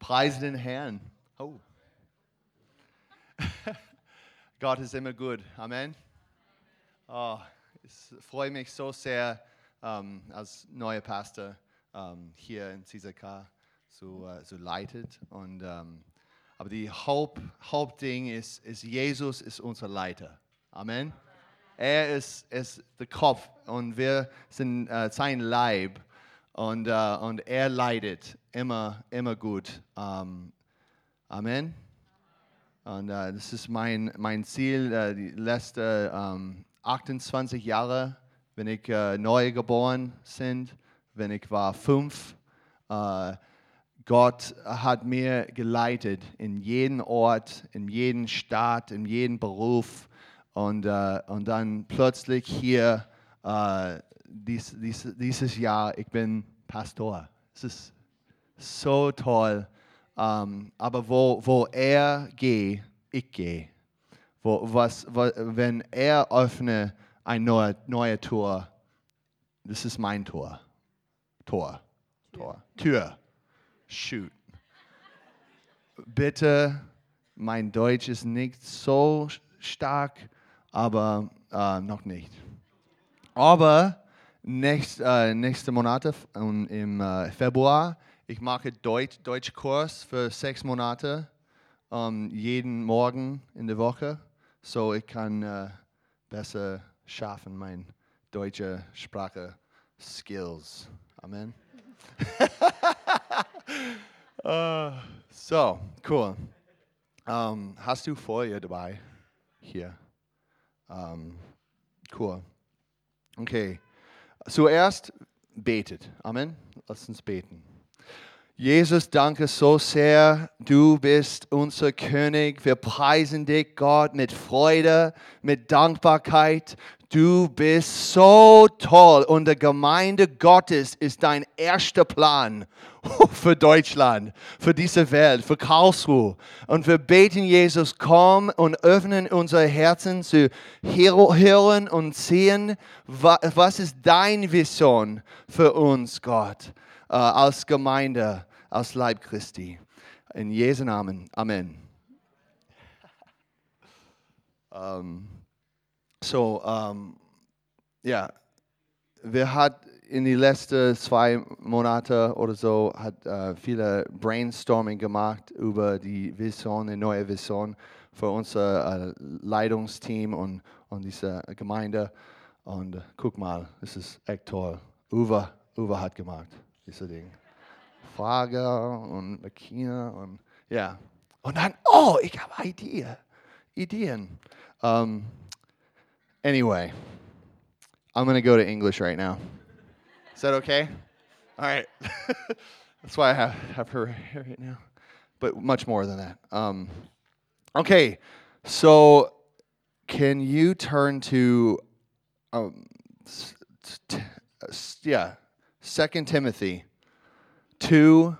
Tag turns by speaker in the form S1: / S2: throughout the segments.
S1: Preis in Herrn. Oh. Gott ist immer gut. Amen. Oh, es freut mich so sehr, ähm, als neuer Pastor ähm, hier in CZK so, äh, so leitet. Und, ähm, aber die Haupt, Hauptding ist, ist, Jesus ist unser Leiter. Amen. Er ist, ist der Kopf und wir sind äh, sein Leib. Und, äh, und er leidet immer, immer gut. Ähm, Amen. Und äh, das ist mein, mein Ziel, äh, die letzten ähm, 28 Jahre, wenn ich äh, neu geboren sind, wenn ich war fünf, äh, Gott hat mir geleitet in jeden Ort, in jeden Staat, in jeden Beruf und, äh, und dann plötzlich hier äh, dies, dies, dieses Jahr, ich bin Pastor. Es ist so toll. Ähm, aber wo, wo er geht, ich gehe. Wo, was, wo, wenn er öffne ein neuer neue Tor, das ist mein Tor. Tor. Tor. Tür. Shoot. Bitte, mein Deutsch ist nicht so stark, aber äh, noch nicht. Aber nächst, äh, nächste Monate ähm, im äh, Februar, ich mache Deutsch, Deutschkurs für sechs Monate, ähm, jeden Morgen in der Woche, so ich kann äh, besser schaffen meine deutsche Sprache Skills. Amen. Äh, so, cool. Ähm, hast du Folie dabei? Hier. Ähm, cool. Okay. Zuerst betet. Amen. Lass uns beten. Jesus, danke so sehr. Du bist unser König. Wir preisen dich, Gott, mit Freude, mit Dankbarkeit. Du bist so toll und der Gemeinde Gottes ist dein erster Plan für Deutschland, für diese Welt, für Karlsruhe. Und wir beten, Jesus, komm und öffnen unsere Herzen zu hero- hören und sehen, wa- was ist deine Vision für uns, Gott, äh, als Gemeinde, als Leib Christi. In Jesu Namen. Amen. Um, So, ähm, ja, wir hat in die letzten zwei Monate oder so hat äh, viele Brainstorming gemacht über die Vision, die neue Vision für unser äh, Leitungsteam und, und diese Gemeinde. Und äh, guck mal, es ist echt toll. Uwe, Uwe hat gemacht, diese Ding. Frage und Makina und ja. Und dann, oh, ich habe Idee, Ideen. Ähm, Anyway, I'm going to go to English right now. Is that okay? All right. That's why I have, have her here right now. But much more than that. Um, okay, so can you turn to, um, s- s- t- uh, s- yeah, Second Timothy 2,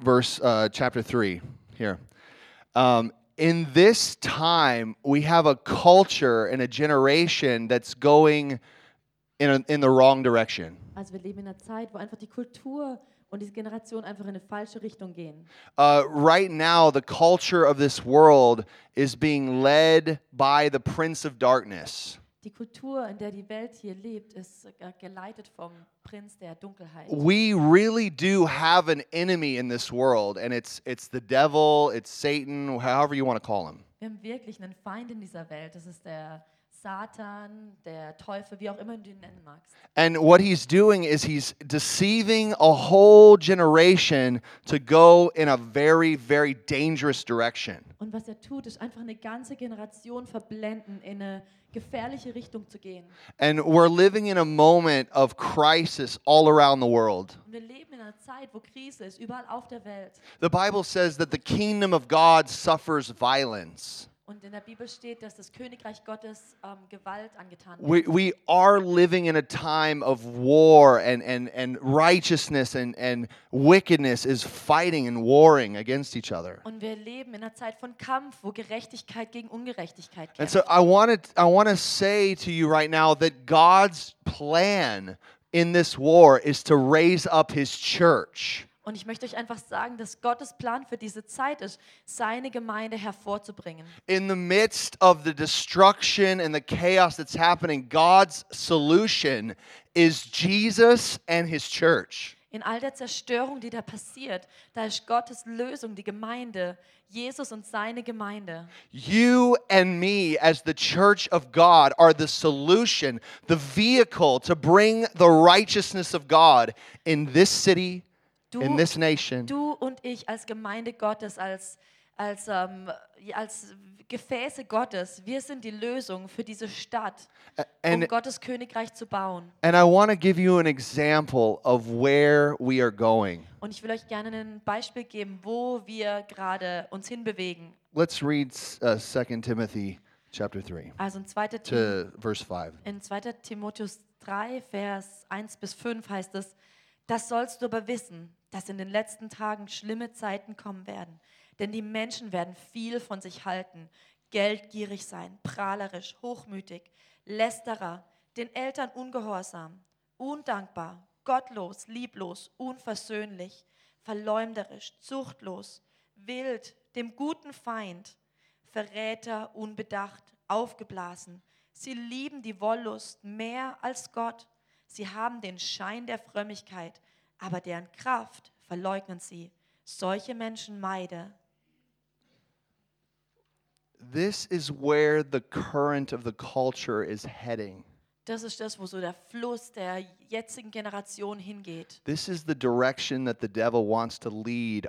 S1: verse, uh, chapter 3 here. Um, in this time, we have a culture and a generation that's going in, a, in the wrong direction.
S2: Also wir leben in einer Zeit, wo einfach die Kultur und die Generation einfach in eine falsche Richtung gehen.
S1: Uh, right now, the culture of this world is being led by the Prince of Darkness.
S2: Die Kultur, in der die Welt hier lebt, ist äh, geleitet vom Prinz der Dunkelheit.
S1: We really do have an enemy in this world, and it's, it's the devil, it's Satan, however you want to call him.
S2: Wir haben wirklich einen Feind in dieser Welt. Das ist der Satan, der Teufel, wie auch immer du ihn nennen magst.
S1: And what he's doing is he's deceiving a whole generation to go in a very, very dangerous direction.
S2: Und was er tut, ist einfach eine ganze Generation verblenden, in eine gefährliche Richtung zu gehen.
S1: And we're living in a moment of crisis all around the world.
S2: Und wir leben in einer Zeit, wo Krise ist, überall auf der Welt.
S1: The Bible says that the kingdom of God suffers violence.
S2: Und in der Bibel steht, dass das Königreich Gottes ähm, Gewalt angetan wird.
S1: We, we are living in a time of war, and, and, and righteousness and, and wickedness is fighting and warring against each other.
S2: Und wir leben in einer Zeit von Kampf, wo Gerechtigkeit gegen Ungerechtigkeit
S1: And
S2: kämpft.
S1: so I wanted I want to say to you right now that God's plan in this war is to raise up his church.
S2: Und ich möchte euch einfach sagen, dass Gottes Plan für diese Zeit ist, seine Gemeinde hervorzubringen.
S1: In the midst of the destruction and the chaos that's happening, God's solution is Jesus and his church.
S2: In all der Zerstörung, die da passiert, da ist Gottes Lösung, die Gemeinde, Jesus und seine Gemeinde.
S1: You and me, as the church of God, are the solution, the vehicle to bring the righteousness of God in this city, in
S2: Du-
S1: this nation,
S2: Du und ich als Gemeinde Gottes, als, als, ähm, als Gefäße Gottes, wir sind die Lösung für diese Stadt, um
S1: and
S2: Gottes Königreich zu bauen.
S1: And I want to give you an example of where we are going.
S2: Und ich will euch gerne ein Beispiel geben, wo wir gerade uns hinbewegen.
S1: Let's read uh, 2 Timothy chapter 3
S2: Also in 2. Tim-
S1: to verse 5.
S2: In 2. Timotheus 3, Vers 1 bis 5 heißt es, das sollst du aber wissen, dass in den letzten Tagen schlimme Zeiten kommen werden. Denn die Menschen werden viel von sich halten, geldgierig sein, prahlerisch, hochmütig, lästerer, den Eltern ungehorsam, undankbar, gottlos, lieblos, unversöhnlich, verleumderisch, zuchtlos, wild, dem guten Feind, Verräter, unbedacht, aufgeblasen. Sie lieben die Wollust mehr als Gott. Sie haben den Schein der Frömmigkeit, aber deren Kraft verleugnen sie. Solche Menschen meide.
S1: This is where the current of the culture is heading.
S2: Das ist das, wo so der Fluss der jetzigen Generation hingeht.
S1: This is the direction that the devil wants to lead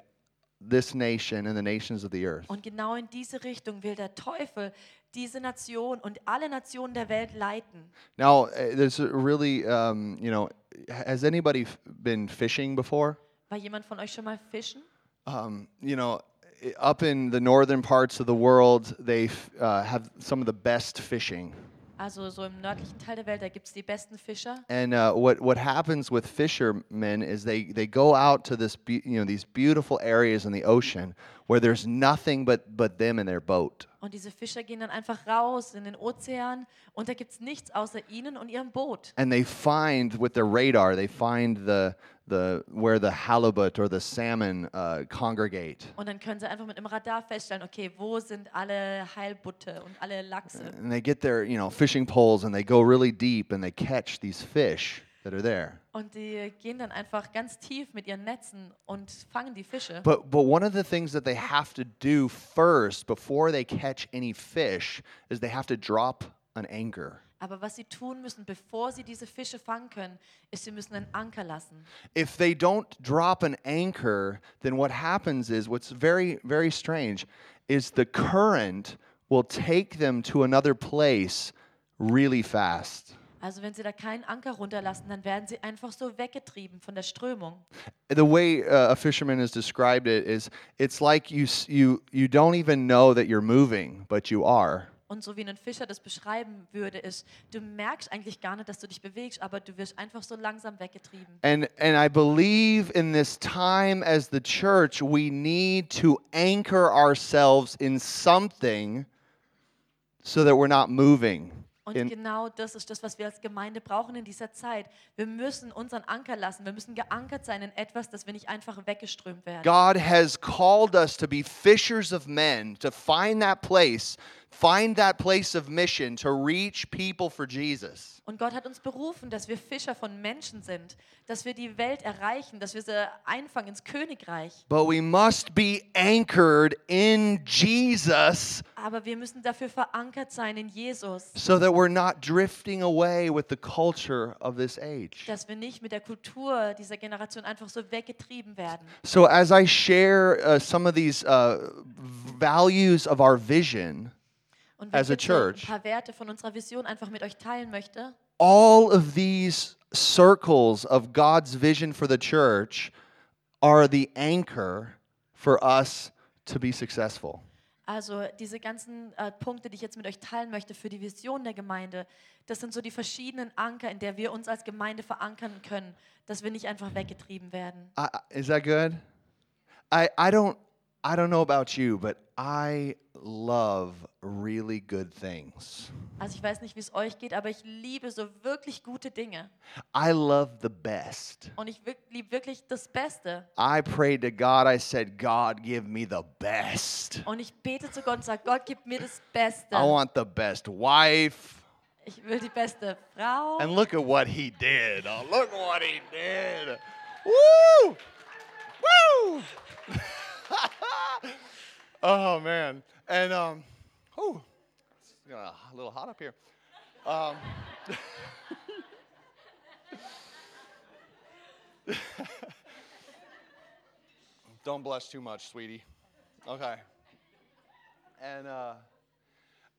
S1: this nation and the nations of the earth.
S2: Und genau in diese Richtung will der Teufel diese Nation und alle Nationen der Welt leiten.
S1: Now, uh, there's a really, um, you know, has anybody f- been fishing before?
S2: War jemand von euch schon mal fischen?
S1: um, you know, i- up in the northern parts of the world, they f- uh, have some of the best fishing.
S2: Also so im nördlichen Teil der Welt, da gibt es die besten Fischer.
S1: And uh, what, what happens with fishermen is they, they go out to this be- you know these beautiful areas in the ocean where there's nothing but, but them and their boat.
S2: Und diese Fischer gehen dann einfach raus in den Ozean und da gibt es nichts außer ihnen und ihrem Boot.
S1: And they find with their radar they find the, the where the halibut or the salmon uh, congregate.
S2: Und dann können sie einfach mit dem Radar feststellen, okay, wo sind alle Heilbutte und alle Lachse?
S1: And they get their you know fishing poles and they go really deep and they catch these fish that are there.
S2: Und die gehen dann einfach ganz tief mit ihren Netzen und fangen die Fische.
S1: But but one of the things that they have to do first before they catch any fish is they have to drop an anchor.
S2: Aber was sie tun müssen, bevor sie diese Fische fangen können, ist, sie müssen einen Anker lassen.
S1: If they don't drop an anchor, then what happens is what's very very strange is the current will take them to another place really fast.
S2: Also wenn sie da keinen Anker runterlassen, dann werden sie einfach so weggetrieben von der Strömung.
S1: The way uh, a fisherman has described it is it's like you s- you you don't even know that you're moving, but you are.
S2: Und so wie ein Fischer das beschreiben würde, ist, du merkst eigentlich gar nicht, dass du dich bewegst, aber du wirst einfach so langsam weggetrieben.
S1: And, and I believe in this time as the church, we need to anchor ourselves in something so that we're not moving.
S2: Und
S1: In,
S2: genau das ist das, was wir als Gemeinde brauchen in dieser Zeit. Wir müssen unseren Anker lassen. Wir müssen geankert sein in etwas, dass wir nicht einfach weggeströmt werden.
S1: God has called us to be fishers of men, to find that place, find that place of mission, to reach people for Jesus.
S2: Und Gott hat uns berufen, dass wir Fischer von Menschen sind, dass wir die Welt erreichen, dass wir sie einfangen ins Königreich.
S1: But we must be anchored in Jesus
S2: Aber wir müssen dafür verankert sein in Jesus,
S1: so that we're not drifting away with the culture of this age.
S2: dass wir nicht mit der Kultur dieser Generation einfach so weggetrieben werden.
S1: So, as I share uh, some of these uh, values of our vision,
S2: Und wenn
S1: As
S2: ich
S1: a
S2: jetzt so ein
S1: church.
S2: paar Werte von unserer Vision einfach mit euch teilen möchte,
S1: all of these circles of God's vision for the church are the anchor for us to be successful.
S2: Also diese ganzen äh, Punkte, die ich jetzt mit euch teilen möchte für die Vision der Gemeinde, das sind so die verschiedenen Anker, in der wir uns als Gemeinde verankern können, dass wir nicht einfach weggetrieben werden.
S1: I, I- is that good? I, I don't I don't know about you, but I love really good things.
S2: Also ich weiß nicht, wie es euch geht, aber ich liebe so wirklich gute Dinge.
S1: I love the best.
S2: Und ich wirk- liebe wirklich das Beste.
S1: I prayed to God, I said, God, give me the best.
S2: Und ich bete zu Gott und sage, Gott, gib mir das Beste.
S1: I want the best wife.
S2: Ich will die beste Frau.
S1: And look at what he did. Oh, look what he did. Woo! Woo! oh, man. And, um, oh, it's getting a little hot up here. Um, don't blush too much, sweetie. Okay. And, uh,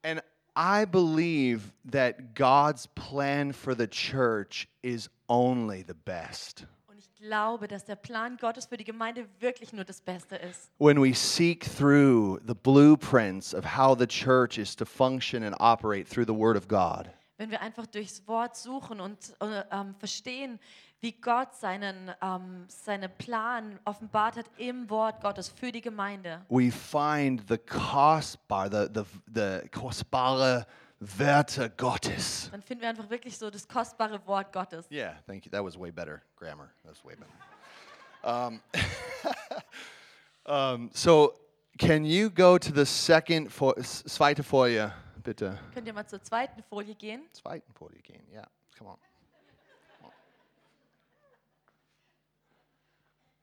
S1: and I believe that God's plan for the church is only the best.
S2: Und ich glaube, dass der Plan Gottes für die Gemeinde wirklich nur das Beste ist.
S1: When we seek through the blueprints of how the church is to function and operate through the Word of God,
S2: Wenn wir einfach durchs Wort suchen und äh, ähm, verstehen, wie Gott seinen ähm, seinen Plan offenbart hat im Wort Gottes für die Gemeinde,
S1: we find the kostbar, the, the, the kostbare Werte Gottes.
S2: dann finden wir einfach wirklich so das kostbare Wort Gottes.
S1: Yeah, thank you. That was way better grammar. That's way better. Um, um, so, can you go to the second fo- s- zweite Folie, bitte?
S2: Könnt ihr mal zur zweiten Folie gehen?
S1: Zweiten Folie gehen. Yeah, come on. Come on.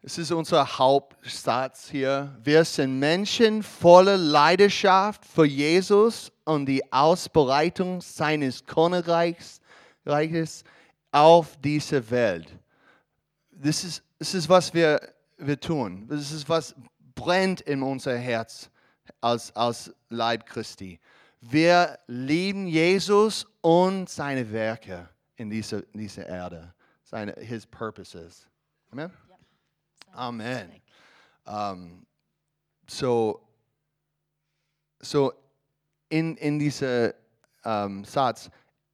S1: Es ist unser Hauptsatz hier. Wir sind Menschen voller Leidenschaft für Jesus und die Ausbreitung seines Königreichs Reiches auf diese Welt. Das ist, das ist was wir, wir tun. Das ist, was brennt in unser Herz als, als Leib Christi. Wir lieben Jesus und seine Werke in dieser, in dieser Erde, seine, his purposes. Amen? Amen. Um, so, so in, in dieser um, Satz,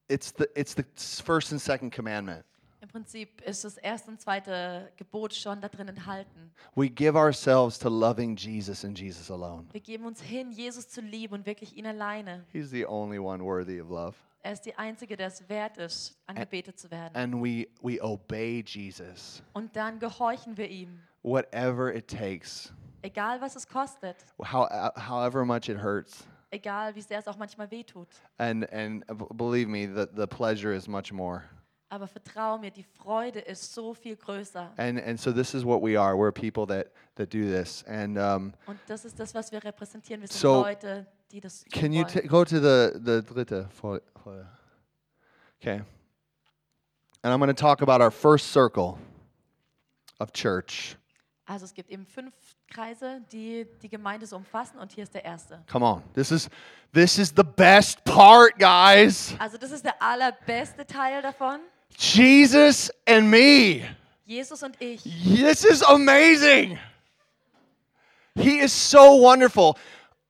S1: it's the, it's the first and second commandment.
S2: Im Prinzip ist das erste und zweite Gebot schon da drin enthalten.
S1: We give ourselves to loving Jesus and Jesus alone.
S2: Wir geben uns hin, Jesus zu lieben und wirklich ihn alleine.
S1: He's the only one worthy of love.
S2: Er ist die Einzige, der es wert ist, angebetet zu werden.
S1: And we, we obey Jesus,
S2: Und dann gehorchen wir ihm,
S1: whatever it takes,
S2: egal was es kostet,
S1: how, however much it hurts.
S2: egal wie sehr es auch manchmal wehtut.
S1: And, and b- believe me, the, the pleasure is much more.
S2: Aber vertrau mir, die Freude ist so viel größer.
S1: And, and so this is what we are. We're people that, that do this. And um,
S2: Und das ist das, was wir repräsentieren. Wir sind
S1: So,
S2: Leute, die das tun
S1: Can you
S2: wollen.
S1: t- go to the the dritte Fol- Folie? Okay. And I'm going to talk about our first circle of church.
S2: Also es gibt eben fünf Kreise, die die Gemeinde so umfassen und hier ist der erste.
S1: Come on. This is this is the best part, guys.
S2: Also das ist der allerbeste Teil davon.
S1: Jesus and me.
S2: Jesus und ich.
S1: This is amazing. He is so wonderful.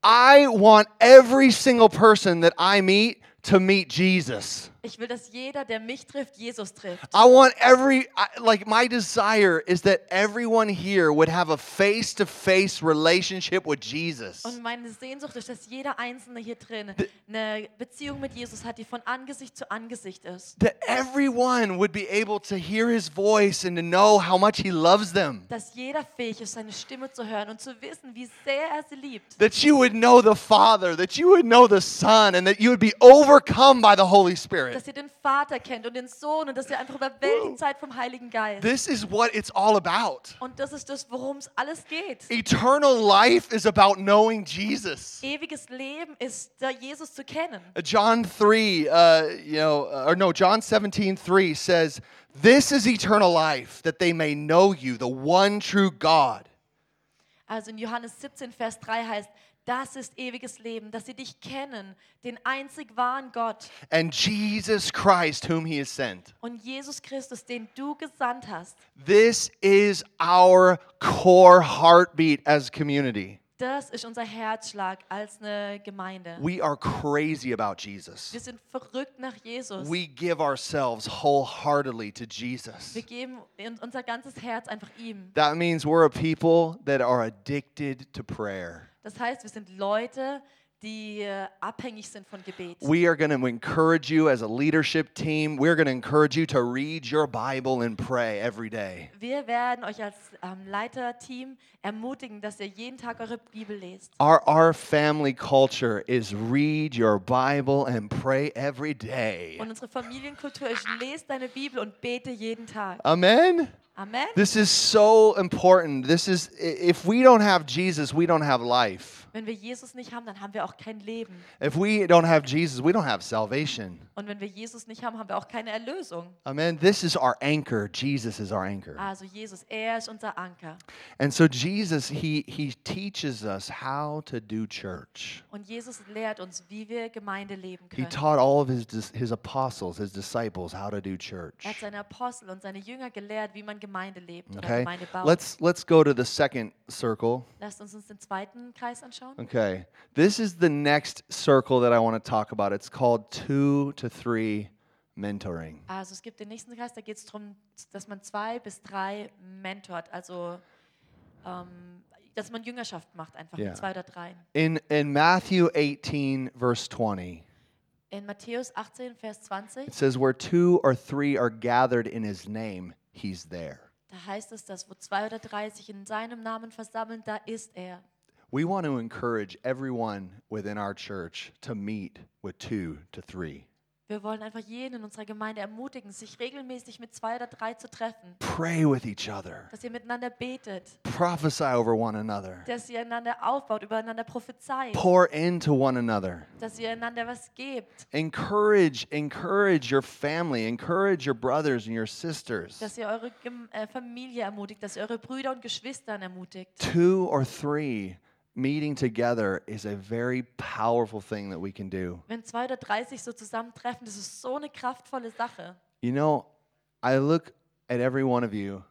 S1: I want every single person that I meet to meet Jesus.
S2: Ich will, dass jeder, der mich trifft, Jesus trifft.
S1: I want every, I, like, my desire is that everyone here would have a face to face relationship with Jesus.
S2: Und meine Sehnsucht ist, dass jeder Einzelne hier drin eine Beziehung mit Jesus hat, die von Angesicht zu Angesicht ist.
S1: That everyone would be able to hear his voice and to know how much he loves them.
S2: Dass jeder fähig ist, seine Stimme zu hören und zu wissen, wie sehr er sie liebt.
S1: That you would know the Father, that you would know the Son, and that you would be overcome by the Holy Spirit.
S2: Dass ihr den Vater kennt und den Sohn und dass ihr einfach überwältigt seid vom Heiligen Geist.
S1: This is what it's all about.
S2: Und das ist das, worum es alles geht.
S1: Eternal life is about knowing Jesus.
S2: Ewiges Leben ist, da Jesus zu kennen.
S1: Uh, John 3, uh, you know, uh, or no, John 17, 3 says, This is eternal life, that they may know you, the one true God.
S2: Also in Johannes 17, Vers 3 heißt, das ist ewiges Leben, dass sie dich kennen, den einzig wahren Gott
S1: And Jesus Christ, whom he has sent.
S2: und Jesus Christus, den du gesandt hast.
S1: This is our core heartbeat as community.
S2: Das ist unser Herzschlag als eine Gemeinde.
S1: We are crazy about Jesus.
S2: Wir sind verrückt nach Jesus.
S1: We give ourselves wholeheartedly to Jesus.
S2: Wir geben in- unser ganzes Herz einfach ihm.
S1: That means we're a people that are addicted to prayer.
S2: Das heißt, wir sind Leute, die äh, abhängig sind von Gebet.
S1: We are going to encourage you as a leadership team. We're going to encourage you to read your Bible and pray every day.
S2: Wir werden euch als ähm, Leiterteam ermutigen, dass ihr jeden Tag eure Bibel lest.
S1: Our, our family culture is read your Bible and pray every day.
S2: Und unsere Familienkultur ist, lest deine Bibel und bete jeden Tag.
S1: Amen?
S2: Amen.
S1: This is so important. This is, i- if we don't have Jesus, we don't have life.
S2: Wenn wir Jesus nicht haben, dann haben wir auch kein Leben.
S1: If we don't have Jesus, we don't have salvation.
S2: Und wenn wir Jesus nicht haben, haben wir auch keine Erlösung.
S1: Amen. This is our anchor. Jesus is our anchor.
S2: Also Jesus, er ist unser Anker.
S1: And so Jesus, he he teaches us how to do church.
S2: Und Jesus lehrt uns, wie wir Gemeinde leben
S1: He
S2: können.
S1: taught all of his dis- his apostles, his disciples how to do church.
S2: Er hat seine Apostel und seine Jünger gelehrt, wie man Gemeinde lebt oder
S1: Okay?
S2: Gemeinde baut.
S1: Let's let's go to the second circle.
S2: Lasst uns uns den zweiten Kreis anschauen.
S1: Okay. This is the next circle that I want to talk about. It's called 2 to 3 mentoring.
S2: Also es gibt den nächsten Kreis, da geht es darum, dass man zwei bis drei mentort, also ähm, dass man Jüngerschaft macht einfach
S1: Ja.
S2: mit zwei oder drei.
S1: In in Matthew 18 verse 20,
S2: In Matthäus 18, Vers 20,
S1: it says where two or three are gathered in his name, he's there.
S2: da heißt es, dass wo zwei oder drei sich in seinem Namen versammeln, da ist er.
S1: We want to encourage everyone within our church to meet with two to three.
S2: Wir wollen einfach jeden in unserer Gemeinde ermutigen, sich regelmäßig mit zwei oder drei zu treffen,
S1: Pray with each other.
S2: dass ihr miteinander betet,
S1: Prophesy over one another.
S2: dass ihr einander aufbaut, übereinander prophezeit,
S1: Pour into one another.
S2: dass ihr einander was gebt,
S1: Encourage, encourage your family, encourage your brothers and your sisters.
S2: dass ihr eure Gem äh, Familie ermutigt, dass ihr eure Brüder und Geschwistern ermutigt.
S1: Two or three meeting together is a very powerful thing that we can do.
S2: Wenn zwei oder drei sich so zusammentreffen, das ist so eine kraftvolle Sache.
S1: You know, I look at every one of you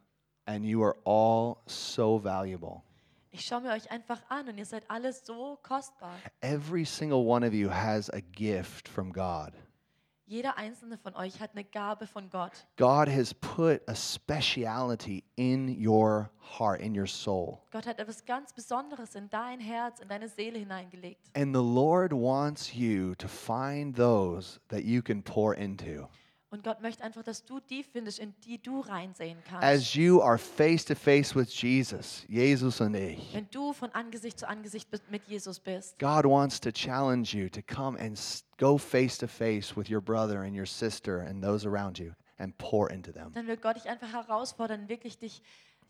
S1: and you are all so valuable.
S2: Ich schaue mir euch einfach an und ihr seid alle so kostbar.
S1: Every single one of you has a gift from God.
S2: Jeder einzelne von euch hat eine Gabe von Gott.
S1: God has put a speciality in your heart, in your soul.
S2: Gott hat etwas ganz Besonderes in dein Herz, in deine Seele hineingelegt.
S1: And the Lord wants you to find those that you can pour into.
S2: Und Gott möchte einfach, dass du die findest, in die du reinsehen kannst.
S1: As you are face to face with Jesus, Jesus and ich,
S2: Wenn du von Angesicht zu Angesicht bist- mit Jesus bist.
S1: God wants to challenge you to come and s- go face to face with your brother and your sister and those around you and pour into them.
S2: dann will Gott dich einfach herausfordern, wirklich dich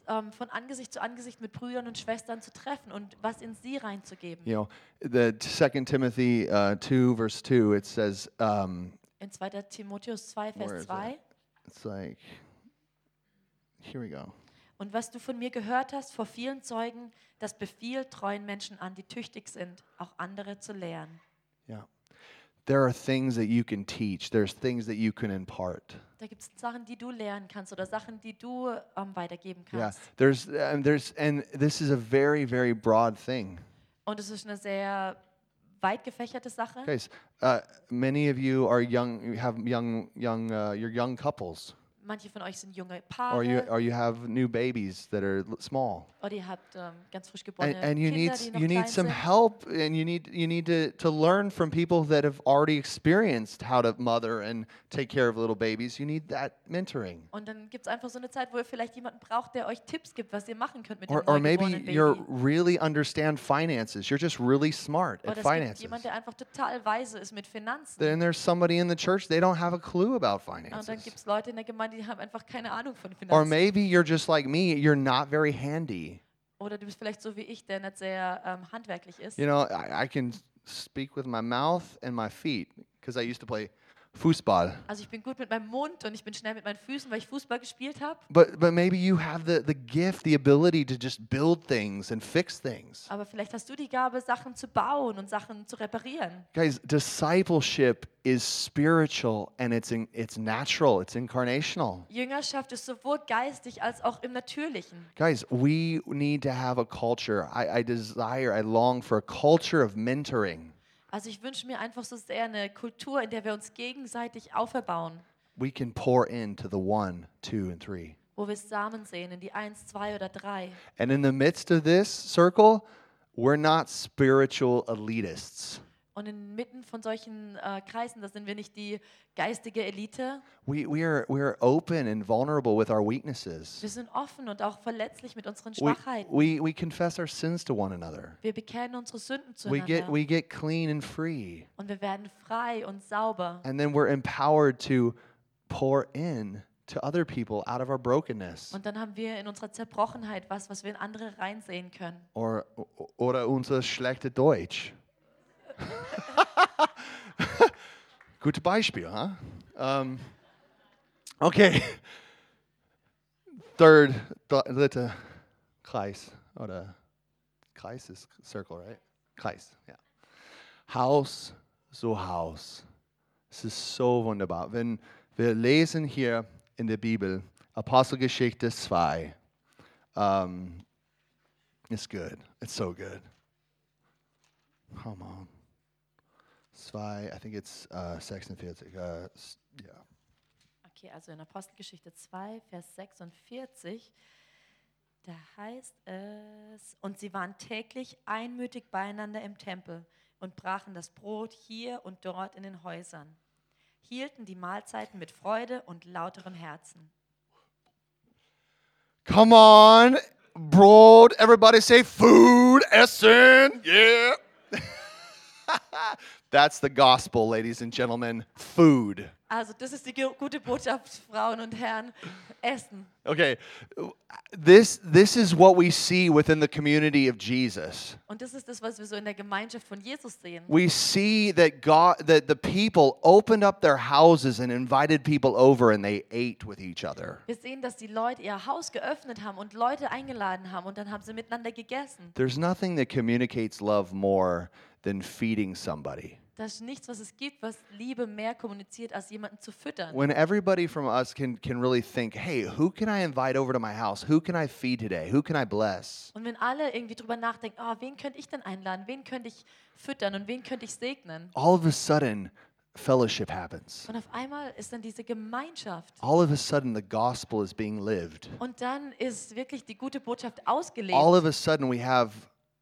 S2: ähm, von Angesicht zu Angesicht mit Brüdern und Schwestern zu treffen und was in sie reinzugeben.
S1: You know, the Second Timothy uh, two verse two, it says, um,
S2: In 2. Timotheus 2,
S1: Where
S2: Vers
S1: is
S2: 2.
S1: it? it's like, here we go.
S2: Und was du von mir gehört hast vor vielen Zeugen, das befiehlt treuen Menschen an, die tüchtig sind, auch andere zu lehren.
S1: Yeah, there are things that you can teach. There's things that you can impart.
S2: Da gibt es Sachen, die du lernen kannst oder Sachen, die du ähm, weitergeben kannst.
S1: Yeah, there's and there's and this is a very very broad thing.
S2: Und es ist eine sehr weit gefächerte Sache.
S1: Guys, uh, many of you are young. You have young young. Uh, you're young couples,
S2: Manche von euch sind junge
S1: or you
S2: Paare
S1: or you have new babies that are l- small.
S2: oder ihr habt ähm, ganz frisch
S1: And,
S2: geborene
S1: and you need
S2: Kinder,
S1: s-
S2: die noch
S1: you
S2: klein
S1: need some
S2: sind.
S1: help, and you need you need to, to learn from people that have already experienced how to mother and take care of little babies. You need that mentoring,
S2: Und dann gibt es einfach so eine Zeit, wo ihr vielleicht jemanden braucht, der euch Tipps gibt, was ihr machen könnt mit
S1: or
S2: dem
S1: or maybe
S2: neugeborenen
S1: you're
S2: Baby.
S1: really understand finances. You're just really smart
S2: Oder
S1: at
S2: es gibt
S1: finances.
S2: jemanden, der einfach total weise ist mit Finanzen.
S1: Then there's somebody in the church, they don't have a clue about
S2: Und dann gibt
S1: finances.
S2: es Leute in der Gemeinde, die haben einfach keine Ahnung von
S1: Or
S2: Finanzen.
S1: maybe you're just like me, you're not very handy.
S2: Oder du bist vielleicht so wie ich, der nicht sehr ähm, handwerklich ist.
S1: You know, I, I can speak with my mouth and my feet because I used to play foosball.
S2: Also ich bin gut mit meinem Mund und ich bin schnell mit meinen Füßen, weil ich Fußball gespielt habe.
S1: But, but maybe you have the, the gift, the ability to just build things and fix things.
S2: Aber vielleicht hast du die Gabe, Sachen zu bauen und Sachen zu reparieren.
S1: Guys, discipleship is spiritual and it's, in, it's natural, it's incarnational.
S2: Jüngerschaft ist sowohl geistig als auch im Natürlichen.
S1: Guys, we need to have a culture. I, I desire, I long for a culture of mentoring.
S2: Also ich wünsche mir einfach so sehr eine Kultur, in der wir uns gegenseitig auferbauen.
S1: we can pour into the one, two, and three.
S2: wo wir Samen sehen, in die eins, zwei oder drei.
S1: And in the midst of this circle, we're not spiritual elitists.
S2: Und inmitten von solchen äh, Kreisen, da sind wir nicht die geistige Elite.
S1: We, we, are, we are open and vulnerable with our weaknesses.
S2: Wir sind offen und auch verletzlich mit unseren
S1: We,
S2: Schwachheiten.
S1: we, we confess our sins to one another.
S2: Wir bekennen unsere Sünden
S1: We get,
S2: zueinander.
S1: we get clean and free.
S2: Und wir werden frei und sauber.
S1: And then we're empowered to pour in to other people out of our brokenness.
S2: Und dann haben wir in unserer Zerbrochenheit was, was wir in andere reinsehen können.
S1: Or, oder unser schlechte Deutsch. Gutes Beispiel, huh? Um, okay. Third, dr- dritte Kreis. Oder Kreis ist Circle, right? Kreis, ja. Haus so Haus. Es ist so wunderbar. Wenn wir lesen hier in der Bibel, Apostelgeschichte 2, ähm, It's good. It's so good. Come on. Zwei, I think it's uh, 46. Uh, s- yeah.
S2: Okay, also in Apostelgeschichte 2, Vers 46, da heißt es, und sie waren täglich einmütig beieinander im Tempel und brachen das Brot hier und dort in den Häusern, hielten die Mahlzeiten mit Freude und lauterem Herzen.
S1: Come on, broad. Everybody say food, Essen. Yeah. That's the gospel, ladies and gentlemen. Food.
S2: Also das ist die ge- gute Botschaft, Frauen und Herren, Essen.
S1: Okay. This this is what we see within the community of Jesus.
S2: Und das ist das, was wir so in der Gemeinschaft von Jesus sehen.
S1: we see that God that the people opened up their houses and invited people over and they ate with each other.
S2: Wir sehen, dass die Leute ihr Haus geöffnet haben und Leute eingeladen haben und dann haben sie miteinander gegessen.
S1: There's nothing that communicates love more than feeding somebody.
S2: Das ist nichts, was es gibt, was Liebe mehr kommuniziert, als jemanden zu füttern.
S1: When everybody from us can can really think, "Hey, who can I invite over to my house? Who can I feed today? Who can I bless?"
S2: Und wenn alle irgendwie drüber nachdenken, ah, wen könnte ich denn einladen, wen könnte ich füttern und wen könnte ich segnen?
S1: All of a sudden, fellowship happens.
S2: Und auf einmal ist dann diese Gemeinschaft.
S1: All of a sudden, the gospel is being lived.
S2: Und dann ist wirklich die gute Botschaft
S1: All
S2: ausgelebt.
S1: of a sudden, we have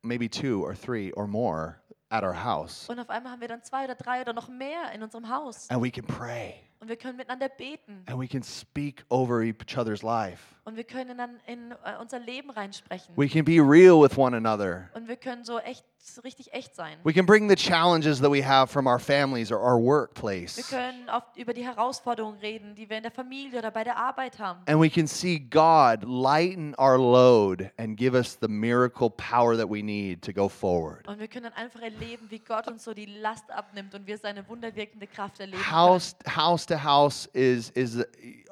S1: maybe two or three or more at our house,
S2: Und auf einmal haben wir dann zwei oder drei oder noch mehr in unserem Haus.
S1: and we can pray.
S2: Und wir können miteinander beten.
S1: and we can speak over each other's life.
S2: Und wir können dann in äh, unser Leben reinsprechen.
S1: We can be real with one another.
S2: Und wir können so echt, richtig echt sein.
S1: We can bring the challenges that we have from our families or our
S2: Wir
S1: workplace.
S2: können oft über die Herausforderungen reden, die wir in der Familie oder bei der Arbeit haben.
S1: And we can see God lighten our load and give us the miracle power that we need to go forward.
S2: Und wir können dann einfach erleben, wie Gott uns so die Last abnimmt und wir seine wunderwirkende Kraft erleben. können.
S1: House, house to house is is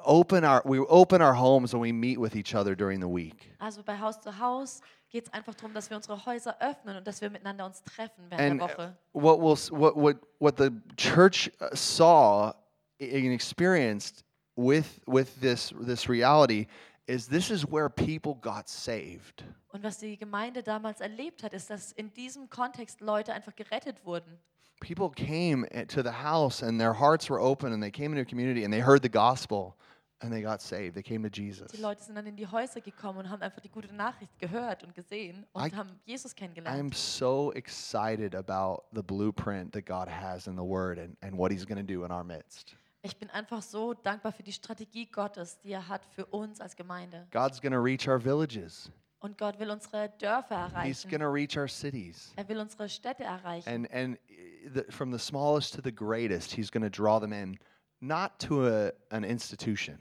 S1: open our we open our homes and we meet with each other during the week.
S2: Also bei Haus zu Haus geht es einfach darum, dass wir unsere Häuser öffnen und dass wir miteinander uns treffen
S1: and
S2: während
S1: uh,
S2: der Woche.
S1: what will what what what the church uh, saw i- and experienced with with this this reality is this is where people got saved.
S2: Und was die Gemeinde damals erlebt hat, ist, dass in diesem Kontext Leute einfach gerettet wurden.
S1: People came a- to the house and their hearts were open and they came into a community and they heard the gospel and they got saved. They came to Jesus.
S2: Die Leute sind dann in die Häuser gekommen und haben einfach die gute Nachricht gehört und gesehen und
S1: I-
S2: haben Jesus kennengelernt.
S1: I'm so excited about the blueprint that God has in the Word and, and what He's going to do in our midst.
S2: Ich bin einfach so dankbar für die Strategie Gottes, die er hat für uns als Gemeinde.
S1: God's going to reach our villages.
S2: Und Gott will unsere Dörfer
S1: He's
S2: erreichen.
S1: going to reach our cities.
S2: Er will unsere Städte erreichen.
S1: and and eh, the, from the smallest to the greatest he's going to draw them in not to a, an institution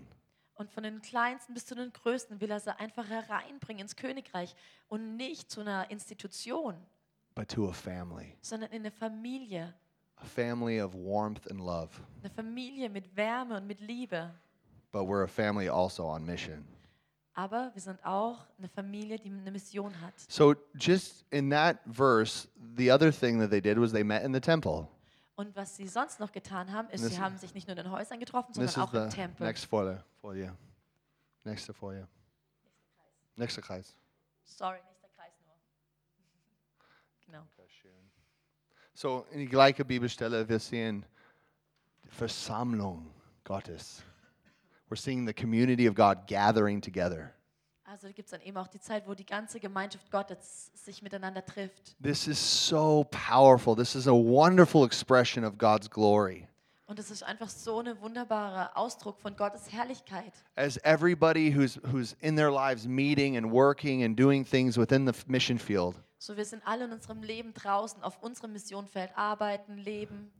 S2: Und von den Kleinsten bis zu den Größten will er sie einfach hereinbringen ins Königreich und nicht zu einer Institution,
S1: but to a family
S2: sondern in eine Familie.
S1: a family of warmth and love
S2: Eine Familie mit Wärme und mit Liebe.
S1: but we're a family also on mission
S2: Aber wir sind auch eine Familie, die eine Mission hat.
S1: so just in that verse the other thing that they did was they met in the temple
S2: Und was sie sonst noch getan haben, ist,
S1: This-
S2: sie haben sich nicht nur in den Häusern getroffen,
S1: this
S2: sondern
S1: is
S2: auch im
S1: the
S2: Tempel.
S1: next foyer for you next to foyer next to Kreis.
S2: Sorry, nicht der Kreis nur. genau.
S1: so in die gleiche bibelstelle wir sehen versammlung gottes we're seeing the community of god gathering together
S2: Also Also gibt es dann eben auch die Zeit, wo die ganze Gemeinschaft Gottes sich miteinander trifft.
S1: This is so powerful. This is a wonderful expression of God's glory.
S2: Und es ist einfach so ein wunderbarer Ausdruck von Gottes Herrlichkeit.
S1: As everybody who's, who's in their lives meeting and working and doing things within the f- mission field,
S2: So wir sind alle in unserem Leben draußen, auf unserem Missionfeld, arbeiten, leben.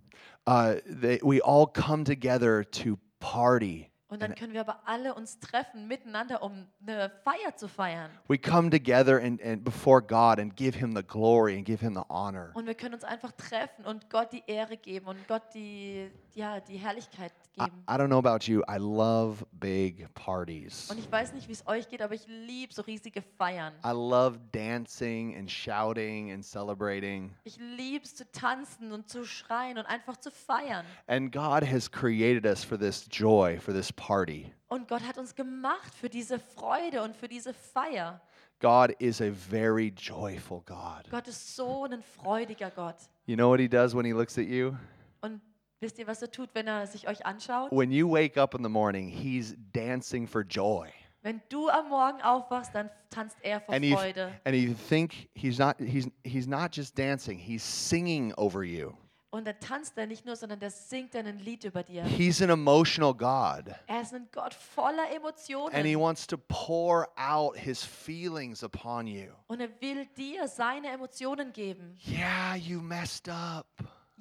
S1: uh, they, we all come together to party.
S2: Und dann können wir aber alle uns treffen miteinander, um eine Feier zu feiern.
S1: We come together and, and before God and give Him the glory and give Him the honor.
S2: Und wir können uns einfach treffen und Gott die Ehre geben und Gott die, ja, die Herrlichkeit
S1: I,
S2: geben.
S1: I don't know about you, I love big parties.
S2: Und ich weiß nicht, wie es euch geht, aber ich liebe so riesige Feiern.
S1: I love dancing and shouting and celebrating.
S2: Ich liebe es zu tanzen und zu schreien und einfach zu feiern.
S1: And God has created us for this joy, for this party.
S2: Und Gott hat uns gemacht für diese Freude und für diese Feier.
S1: God is a very joyful God.
S2: Gott ist so ein freudiger Gott.
S1: You know what He does when He looks at you?
S2: Und wisst ihr, was er tut, wenn er sich euch anschaut?
S1: When you wake up in the morning, He's dancing for joy.
S2: Wenn du am Morgen aufwachst, dann tanzt er vor
S1: And you,
S2: Freude.
S1: and you think he's not, he's, he's not just dancing, he's singing over you.
S2: Und dann tanzt er nicht nur, sondern der singt dann ein Lied über dir.
S1: He's an emotional God.
S2: Er ist ein Gott voller
S1: And he
S2: Emotionen.
S1: wants to pour out his feelings upon you.
S2: Und er will dir seine Emotionen geben.
S1: Yeah, you messed up.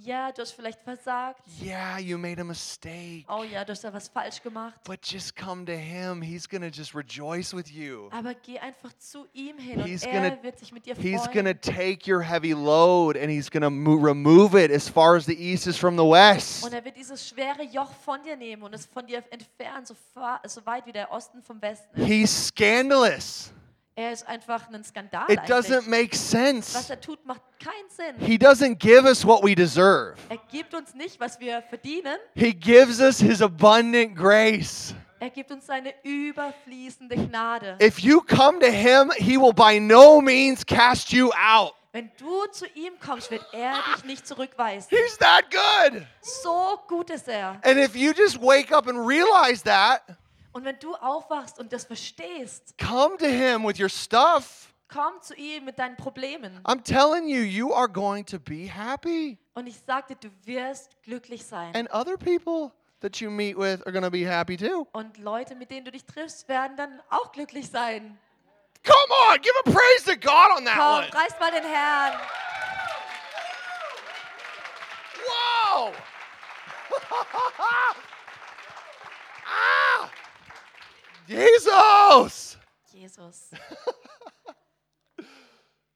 S2: Ja, du hast vielleicht versagt.
S1: Yeah, you made a mistake.
S2: Oh ja, du hast da was falsch gemacht.
S1: But just come to him. He's going to just rejoice with you.
S2: Aber geh einfach zu ihm hin
S1: He's
S2: und
S1: gonna-
S2: er wird sich mit dir
S1: He's going to
S2: freuen.
S1: take your heavy load and he's going to mo- remove it as far as the east is from the west.
S2: Und er wird dieses schwere Joch von dir nehmen und es von dir entfernen, so, far, so weit wie der Osten vom Westen ist.
S1: He's scandalous.
S2: Er ist einfach ein Skandal.
S1: It
S2: Eigentlich.
S1: doesn't make
S2: Was
S1: sense.
S2: er tut, macht keinen Sinn.
S1: He doesn't give us what we deserve,
S2: Er gibt uns nicht, was wir verdienen.
S1: He gives us His abundant grace.
S2: Er gibt uns seine überfließende Gnade.
S1: If you come to him, he will by no means cast you out.
S2: Wenn du zu ihm kommst, wird er dich nicht zurückweisen.
S1: He's that good.
S2: So gut ist er.
S1: And if you just wake up and realize that,
S2: Und wenn du aufwachst und das verstehst,
S1: come to him with your stuff.
S2: komm zu ihm mit deinen Problemen.
S1: I'm telling you, you are going to be happy.
S2: Und ich sag dir, du wirst glücklich sein.
S1: And other people that you meet with are going to be happy too.
S2: Und Leute, mit denen du dich triffst, werden dann auch glücklich sein.
S1: Come on, give a praise to God on that
S2: Komm,
S1: one.
S2: reiß mal den Herrn.
S1: Whoa! ah! Jesus!
S2: Jesus.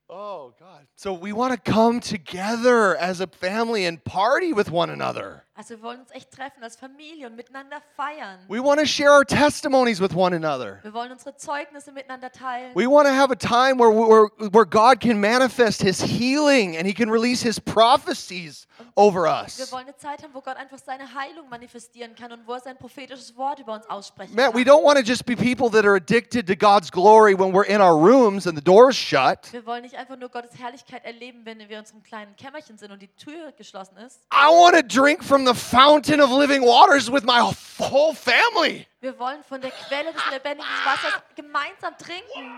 S1: Oh God. So we want to come together as a family and party with one another.
S2: Also wir wollen uns echt treffen als Familie und miteinander feiern.
S1: We want to share our testimonies with one another.
S2: Wir wollen unsere Zeugnisse miteinander teilen.
S1: We want to have a time where, where, where God can manifest his healing and he can release his prophecies over
S2: Wir
S1: us.
S2: wollen eine Zeit haben, wo Gott einfach seine Heilung manifestieren kann und wo er sein prophetisches Wort über uns aussprechen
S1: Man,
S2: kann.
S1: we don't want to just be people that are addicted to God's glory when we're in our rooms and the door's shut.
S2: Wir wollen nicht einfach nur Gottes Herrlichkeit erleben, wenn wir in unserem kleinen Kämmerchen sind und die Tür geschlossen ist.
S1: I want to drink from the fountain of living waters with my whole family.
S2: Wir wollen von der Quelle des lebendigen Wassers gemeinsam trinken.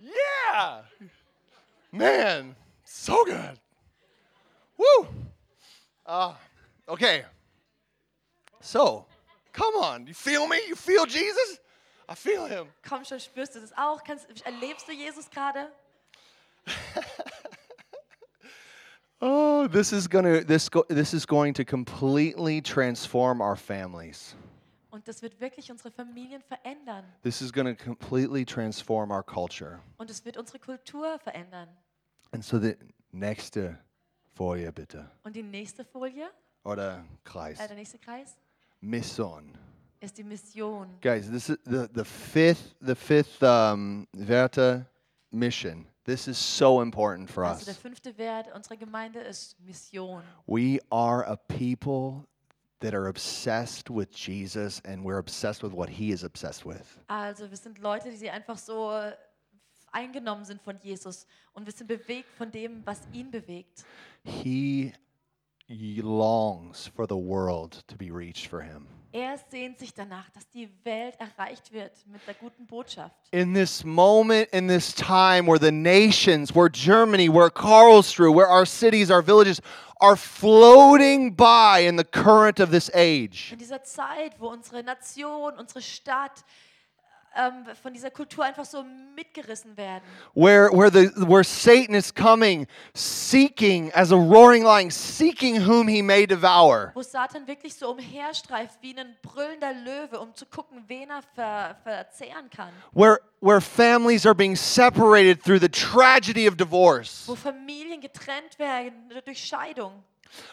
S1: Yeah. Man, so good. Woo. Uh, okay. So, come on. You feel me? You feel Jesus? I feel him.
S2: Komm schon, spürst du das auch? Kannst, erlebst du Jesus gerade?
S1: Oh, this is going to this go, this is going to completely transform our families.
S2: Und das wird wirklich unsere Familien verändern.
S1: This is going to completely transform our culture.
S2: Und es wird unsere Kultur verändern.
S1: And so the next Folie bitte
S2: Und die nächste Folie,
S1: oder
S2: äh,
S1: Kreis
S2: der nächste Kreis,
S1: Mission.
S2: ist die Mission.
S1: Guys, this is the, the fifth the fifth um, Werte mission. This is so important for
S2: Also der
S1: us.
S2: fünfte Wert unserer Gemeinde ist Mission.
S1: We are a people that are obsessed with Jesus, and we're obsessed with what He is obsessed with.
S2: Also wir sind Leute, die einfach so äh, eingenommen sind von Jesus und wir sind bewegt von dem, was ihn bewegt.
S1: He he longs for the world to be reached for him.
S2: Er sehnt sich danach, dass die Welt erreicht wird mit der guten Botschaft.
S1: In this moment, in this time where the nations, where Germany, where Karlsruhe, where our cities, our villages are floating by in the current of this age,
S2: In dieser Zeit, wo unsere Nation, unsere Stadt ähm, von dieser Kultur einfach so mitgerissen werden,
S1: where, where, the, where Satan is coming, seeking as a roaring lion, seeking whom he may devour.
S2: wo Satan wirklich so umherstreift wie ein brüllender Löwe, um zu gucken, wen er ver verzehren kann.
S1: where where families are being separated through the tragedy of divorce
S2: Wo Familien getrennt werden durch Scheidung.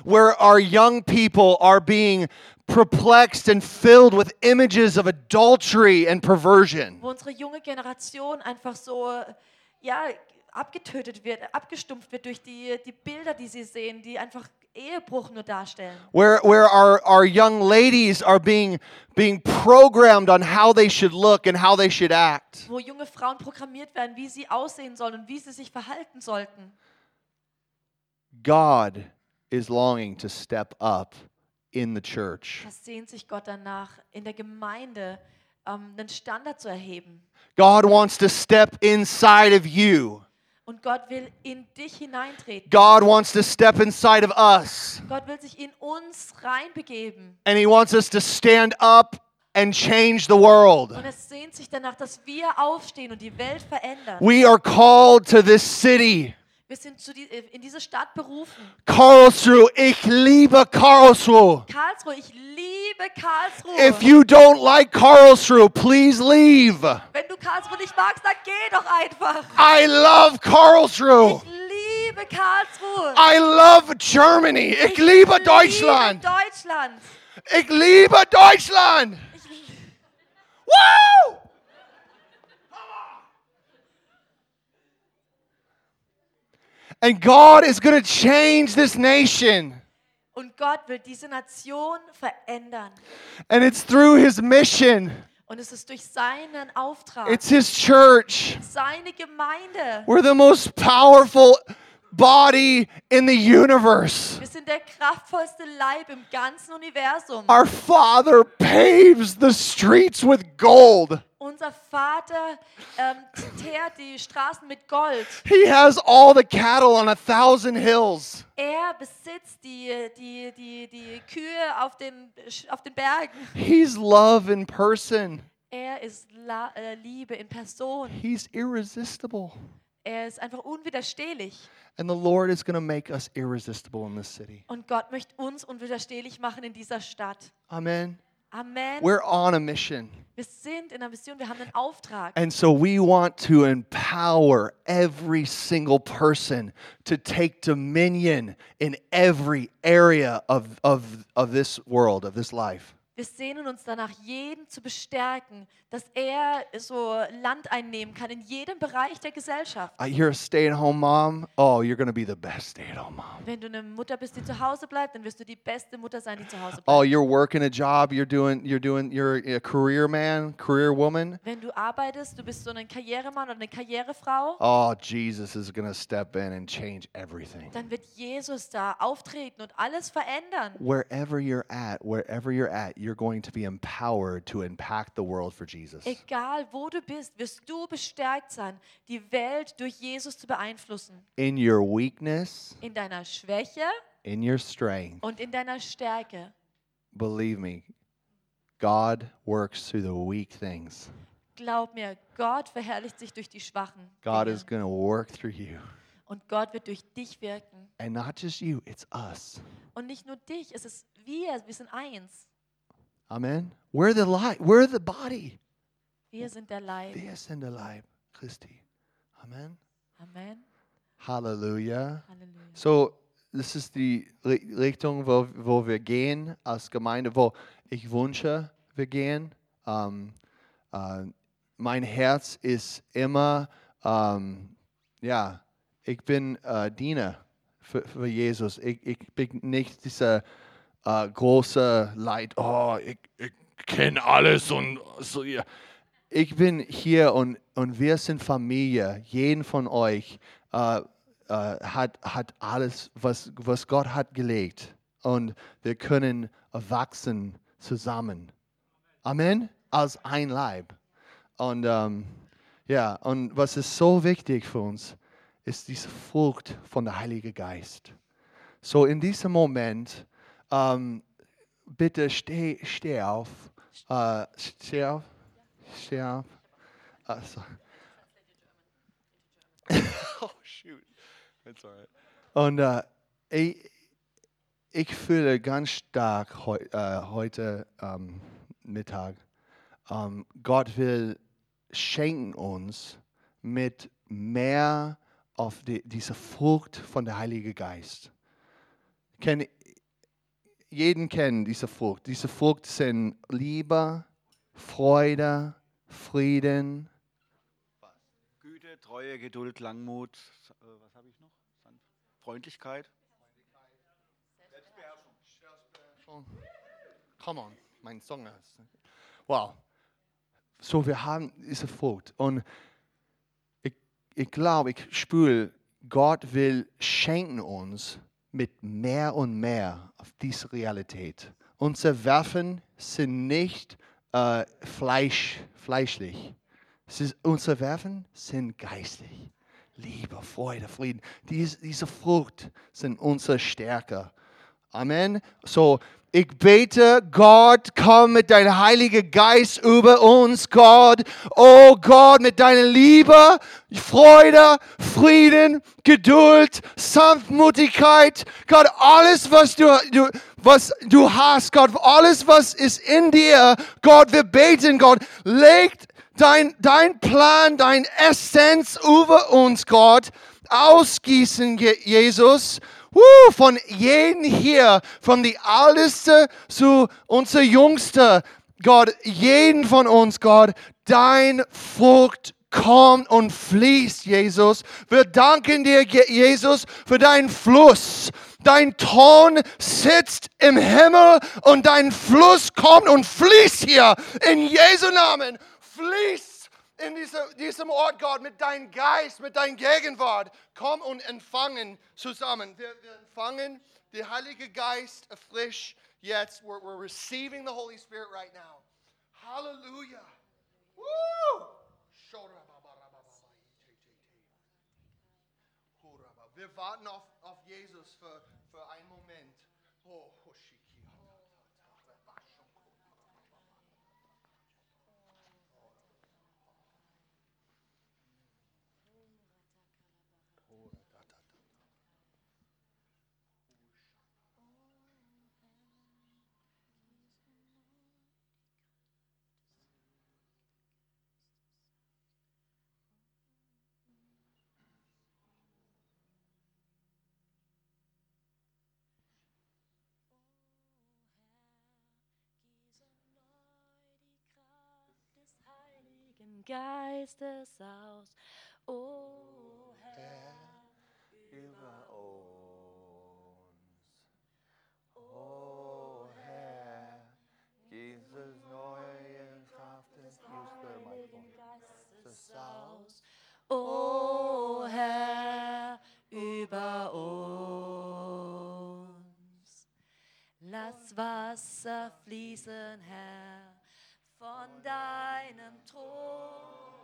S1: where our young people are being perplexed and filled with images of adultery and perversion
S2: wo unsere junge Generation einfach so ja, abgetötet wird, abgestumpft wird durch die, die Bilder, die sie sehen, die einfach Ehebruch nur darstellen.
S1: where where our our young ladies are being being programmed on how they should look and how they should act
S2: Wo junge Frauen programmiert werden, wie sie aussehen sollen und wie sie sich verhalten sollten.
S1: god is longing to step up in the church
S2: Da sehnt sich Gott danach, in der Gemeinde ähm, einen Standard zu erheben.
S1: god wants to step inside of you
S2: Und Gott will in dich hineintreten.
S1: god wants to step inside of us
S2: Gott will sich in uns reinbegeben.
S1: and he wants us to stand up and change the world.
S2: Und es sehnt sich danach, dass wir aufstehen und die Welt verändern.
S1: We are called to this city.
S2: Wir sind zu die, äh, in diese Stadt berufen.
S1: Karlsruhe, ich liebe Karlsruhe.
S2: Karlsruhe, ich liebe Karlsruhe.
S1: If you don't like Karlsruhe, please leave.
S2: Wenn du Karlsruhe nicht magst, dann geh doch einfach.
S1: I love Karlsruhe.
S2: Ich liebe Karlsruhe.
S1: I love Germany. Ah, Ich liebe Deutschland.
S2: Liebe Deutschland.
S1: Ich liebe Deutschland.
S2: Ich liebe
S1: Woo! And God is going to change this nation.
S2: und Gott will diese Nation verändern.
S1: And it's through his mission,
S2: Und es ist durch seinen Auftrag,
S1: it's his church.
S2: seine Gemeinde.
S1: We're the most powerful body in the universe.
S2: Wir sind der kraftvollste Leib im ganzen Universum.
S1: Our Father paves the streets with gold.
S2: Unser Vater ähm, teert die Straßen mit Gold.
S1: He has all the cattle on a thousand hills.
S2: Er besitzt die, die, die, die Kühe auf den, auf den Bergen.
S1: He's love in person.
S2: Er ist La äh, Liebe in Person.
S1: He's irresistible.
S2: Er ist einfach unwiderstehlich.
S1: And the Lord is going to make us irresistible in this city.
S2: Und Gott möchte uns unwiderstehlich machen in dieser Stadt.
S1: Amen.
S2: Amen.
S1: We're on a mission.
S2: wir sind in der Mission, wir haben einen Auftrag.
S1: And so we want to empower every single person to take dominion in every area of, of, of this world, of this life.
S2: Wir sehnen uns danach, jeden zu bestärken, dass er so Land einnehmen kann in jedem Bereich der Gesellschaft.
S1: Uh, you're a stay at home mom. Oh, you're going to be the best stay at home mom.
S2: Wenn du eine Mutter bist, die zu Hause bleibt, dann wirst du die beste Mutter sein, die zu Hause bleibt.
S1: Oh, you're working a job. You're doing, you're doing, you're a career man, career woman.
S2: Wenn du arbeitest, du bist so ein Karrieremann oder eine Karrierefrau,
S1: Oh, Jesus is going to step in and change everything.
S2: dann wird Jesus da auftreten und alles verändern.
S1: Wherever you're at, wherever you're at, you're going to be empowered to impact the world for Jesus.
S2: Egal wo du bist, wirst du bestärkt sein, die Welt durch Jesus zu beeinflussen.
S1: In your weakness,
S2: In deiner Schwäche
S1: in your strength,
S2: und in deiner Stärke.
S1: believe me, God works through the weak things.
S2: Glaub mir, Gott verherrlicht sich durch die Schwachen.
S1: God
S2: Dinge.
S1: is going to work through you.
S2: und Gott wird durch dich wirken.
S1: And not just you, it's us.
S2: Und nicht nur dich, es ist wir, wir sind eins.
S1: Amen. We're the light. We're the body. Oh.
S2: Wir sind der Leib.
S1: Wir sind der Leib Christi. Amen.
S2: Amen.
S1: Hallelujah.
S2: Halleluja.
S1: So, das ist die Ri- Richtung, wo, wo wir gehen als Gemeinde, wo ich wünsche, wir gehen. Ähm, äh, mein Herz ist immer, ähm, ja, ich bin äh, Diener für, für Jesus. Ich, ich bin nicht dieser äh, große Leid, oh, ich, ich kenne alles und so. Ja. Ich bin hier und, und wir sind Familie. Jeden von euch äh, äh, hat, hat alles, was, was Gott hat gelegt. und wir können wachsen zusammen. Amen. Als ein Leib. Und ähm, ja, und was ist so wichtig für uns, ist diese Frucht von der Heilige Geist. So in diesem Moment, ähm, bitte steh, steh auf. Äh, steh auf. Steh auf. Ah, so. oh, shoot. That's all right. Und äh, ich, ich fühle ganz stark heu, äh, heute ähm, Mittag, ähm, Gott will schenken uns mit mehr auf die, diese Frucht von der Heilige Geist. Kenn, jeden kennen diese Frucht. Diese Frucht sind Liebe, Freude, Frieden.
S3: Güte, Treue, Geduld, Langmut, äh, was habe ich noch? Sanft- Freundlichkeit.
S1: Come on, mein Song ist. Wow. So, wir haben diese Frucht. Und ich, ich glaube, ich spüre, Gott will schenken uns mit mehr und mehr auf diese Realität. Unsere Waffen sind nicht äh, Fleisch, fleischlich. Es ist, unsere Waffen sind geistlich. Liebe, Freude, Frieden. Dies, diese Frucht sind unsere Stärke. Amen. So, ich bete, Gott, komm mit deinem Heiligen Geist über uns, Gott. Oh Gott, mit deiner Liebe, Freude, Frieden, Geduld, Sanftmutigkeit. Gott, alles, was du, du, was du hast, Gott, alles, was ist in dir, Gott, wir beten, Gott, legt dein, dein Plan, dein Essenz über uns, Gott, ausgießen, Je- Jesus. Woo, von jedem hier, von die Älteste zu unser Jüngste, Gott, jeden von uns, Gott, dein Frucht kommt und fließt, Jesus. Wir danken dir, Je- Jesus, für deinen Fluss. Dein Ton sitzt im Himmel und dein Fluss kommt und fließt hier. In Jesu Namen fließt in diese, diesem Ort, Gott, mit deinem Geist, mit deiner Gegenwart. Komm und empfangen zusammen. Wir, wir empfangen den Heiligen Geist frisch jetzt. We're, we're receiving the Holy Spirit right now. Hallelujah. Woo! Wir warten auf, auf Jesus für, für einen Moment. Oh,
S4: Gieß erneut die Kraft des Heiligen Geistes aus. O Herr,
S1: über uns. O Herr, dieses neue Kraft des
S4: Heiligen Geistes aus. O Herr, über uns. Lass Wasser fließen, Herr, von deinem Thron.